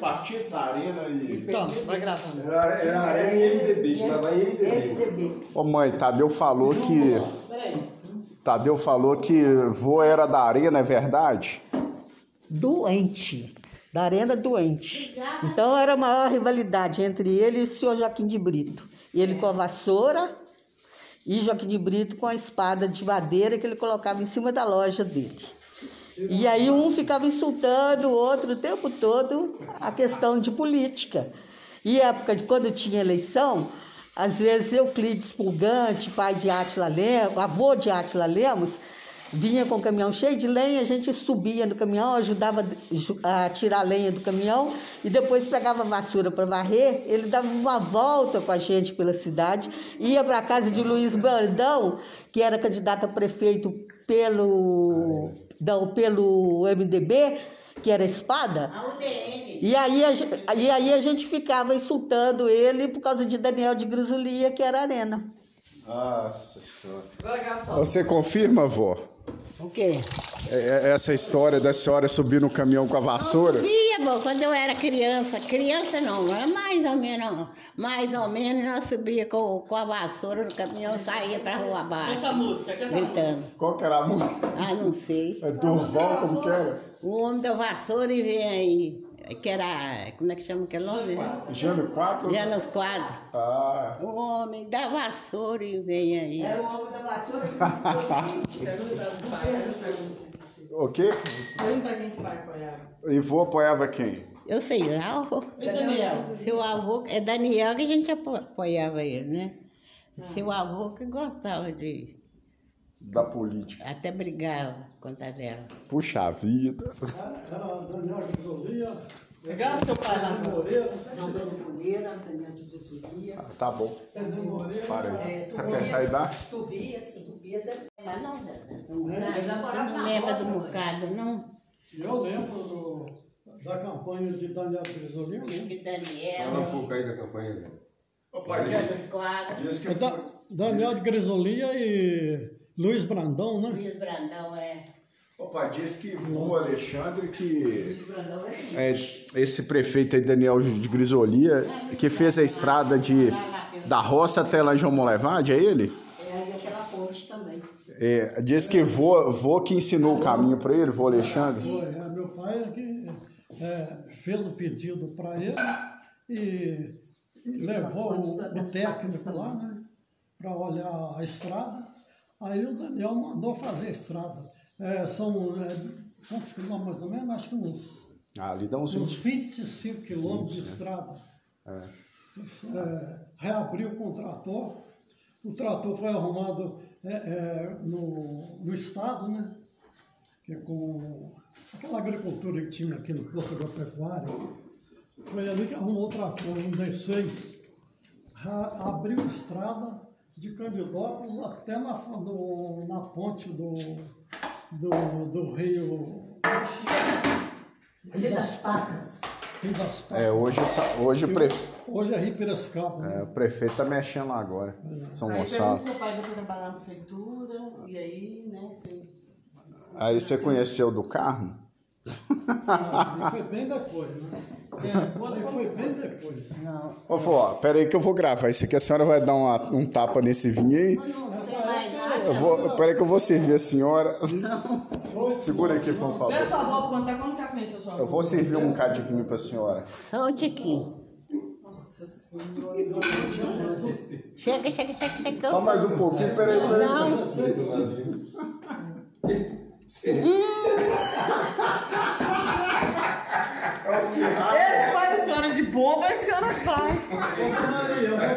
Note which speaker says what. Speaker 1: Partidos, Arena e.
Speaker 2: Então, vai gravando.
Speaker 3: Era, era Arena e MDB, chamava MDB.
Speaker 4: MDB.
Speaker 1: Ô mãe, Tadeu falou que.
Speaker 2: Peraí.
Speaker 1: Tadeu falou que vô era da Arena, é verdade?
Speaker 4: Doente. Da Arena doente. Então era a maior rivalidade entre ele e o senhor Joaquim de Brito. Ele com a vassoura e Joaquim de Brito com a espada de madeira que ele colocava em cima da loja dele. E aí um ficava insultando o outro o tempo todo a questão de política. E época de quando tinha eleição, às vezes Euclides Pulgante, pai de Átila Lemos, avô de Átila Lemos, vinha com o caminhão cheio de lenha, a gente subia no caminhão, ajudava ju- a tirar a lenha do caminhão e depois pegava a vassoura para varrer. Ele dava uma volta com a gente pela cidade, ia para a casa de Luiz Brandão, que era candidato a prefeito pelo, não, pelo MDB, que era espada.
Speaker 5: A UDN.
Speaker 4: E aí, a, ge- e aí a gente ficava insultando ele por causa de Daniel de Grisulia, que era arena.
Speaker 1: Nossa senhora.
Speaker 2: Vai gravar só.
Speaker 1: Você confirma, vô?
Speaker 4: O quê?
Speaker 1: É- é- Essa história da senhora subir no caminhão com a vassoura?
Speaker 5: Subia, bom, quando eu era criança, criança não, era mais ou menos, mais ou menos, nós subia com, com a vassoura no caminhão, saía pra rua
Speaker 2: Canta a
Speaker 5: abaixo,
Speaker 2: música, canta a música.
Speaker 5: gritando.
Speaker 1: Qual que era a música?
Speaker 5: Ah, não sei.
Speaker 1: É Durval, como que era?
Speaker 5: O homem da vassoura e vem aí, que era, como é que chama aquele nome?
Speaker 1: Jânio 4?
Speaker 5: Já nos quadros.
Speaker 1: Ah.
Speaker 5: O homem da vassoura e vem aí.
Speaker 2: É
Speaker 1: O quê? E vô apoiava quem?
Speaker 5: Eu sei lá, o-
Speaker 2: E É Daniel?
Speaker 5: seu avô, é Daniel que a gente apo- apoiava ele, né?
Speaker 2: Ah.
Speaker 5: Seu avô que gostava de.
Speaker 1: Da política.
Speaker 5: Até brigava contra ela.
Speaker 1: Puxa vida.
Speaker 2: Grava seu pai lá.
Speaker 1: Tá bom. Para aí.
Speaker 6: É,
Speaker 1: Você
Speaker 6: tá
Speaker 1: apertar e dá?
Speaker 5: Mas não, não lembra do bocado, não?
Speaker 6: Eu lembro do- da campanha de Daniel Frisolino, né?
Speaker 5: Que Daniel,
Speaker 3: Fala um pouco aí da campanha dele.
Speaker 5: Carlos Quadros,
Speaker 3: Diz que
Speaker 6: É da- Daniel de Grisolia e Luiz Brandão, né?
Speaker 5: Luiz Brandão, é.
Speaker 1: Opa, diz que o Alexandre que é, esse prefeito aí, Daniel de Grisolia, que fez a estrada de da roça até lá em João Molevade, é ele?
Speaker 5: É aquela ponte também.
Speaker 1: É, diz que vô, vô que ensinou o caminho pra ele, vô Alexandre.
Speaker 6: Foi, é, meu pai era que é, fez o pedido para ele e, e levou o, o técnico lá, né? Para olhar a estrada. Aí o Daniel mandou fazer a estrada. É, são é, quantos quilômetros mais ou menos? Acho que uns
Speaker 1: Ah, ali dá uns
Speaker 6: uns
Speaker 1: 20.
Speaker 6: 25 quilômetros de estrada. É, reabriu com o trator. O trator foi arrumado é, é, no, no estado, né? Que é com aquela agricultura que tinha aqui no posto agropecuário. Foi ali que arrumou o trator, um D6. Ra- Abriu estrada de Candidópolis até na, fa- no- na ponte do, do, do rio
Speaker 4: Ele das facas.
Speaker 6: Rio das Pacas.
Speaker 1: É, hoje, essa- hoje o, pre,
Speaker 6: Hoje é Rio Piracicaba.
Speaker 1: é,
Speaker 6: né?
Speaker 1: o prefeito tá mexendo lá agora, São
Speaker 2: Aí
Speaker 1: Gonçalo.
Speaker 2: pergunta seu pai que trabalhar na prefeitura, e aí, né, você...
Speaker 1: Aí você conheceu do carro?
Speaker 6: Ah, foi bem depois, né? É, quando foi bem depois.
Speaker 1: Ô, vô, pera aí que eu vou gravar isso aqui, a senhora vai dar uma- um tapa nesse vinho aí?
Speaker 5: Não sei mais nada.
Speaker 1: Eu vou, peraí que eu vou servir a senhora.
Speaker 6: Oito
Speaker 1: Segura aqui, por favor.
Speaker 2: Zero sua avó pra contar como tá com isso, sua avó.
Speaker 1: Eu vou servir um bocado de vinho pra senhora.
Speaker 5: Só um tiquinho. Chega, chega, chega, chega.
Speaker 1: Só mais um pouquinho, peraí, peraí. Hum.
Speaker 5: Não,
Speaker 1: É o Cirrado. É
Speaker 2: Ele faz a senhora de boba e a senhora vai.
Speaker 6: Maria,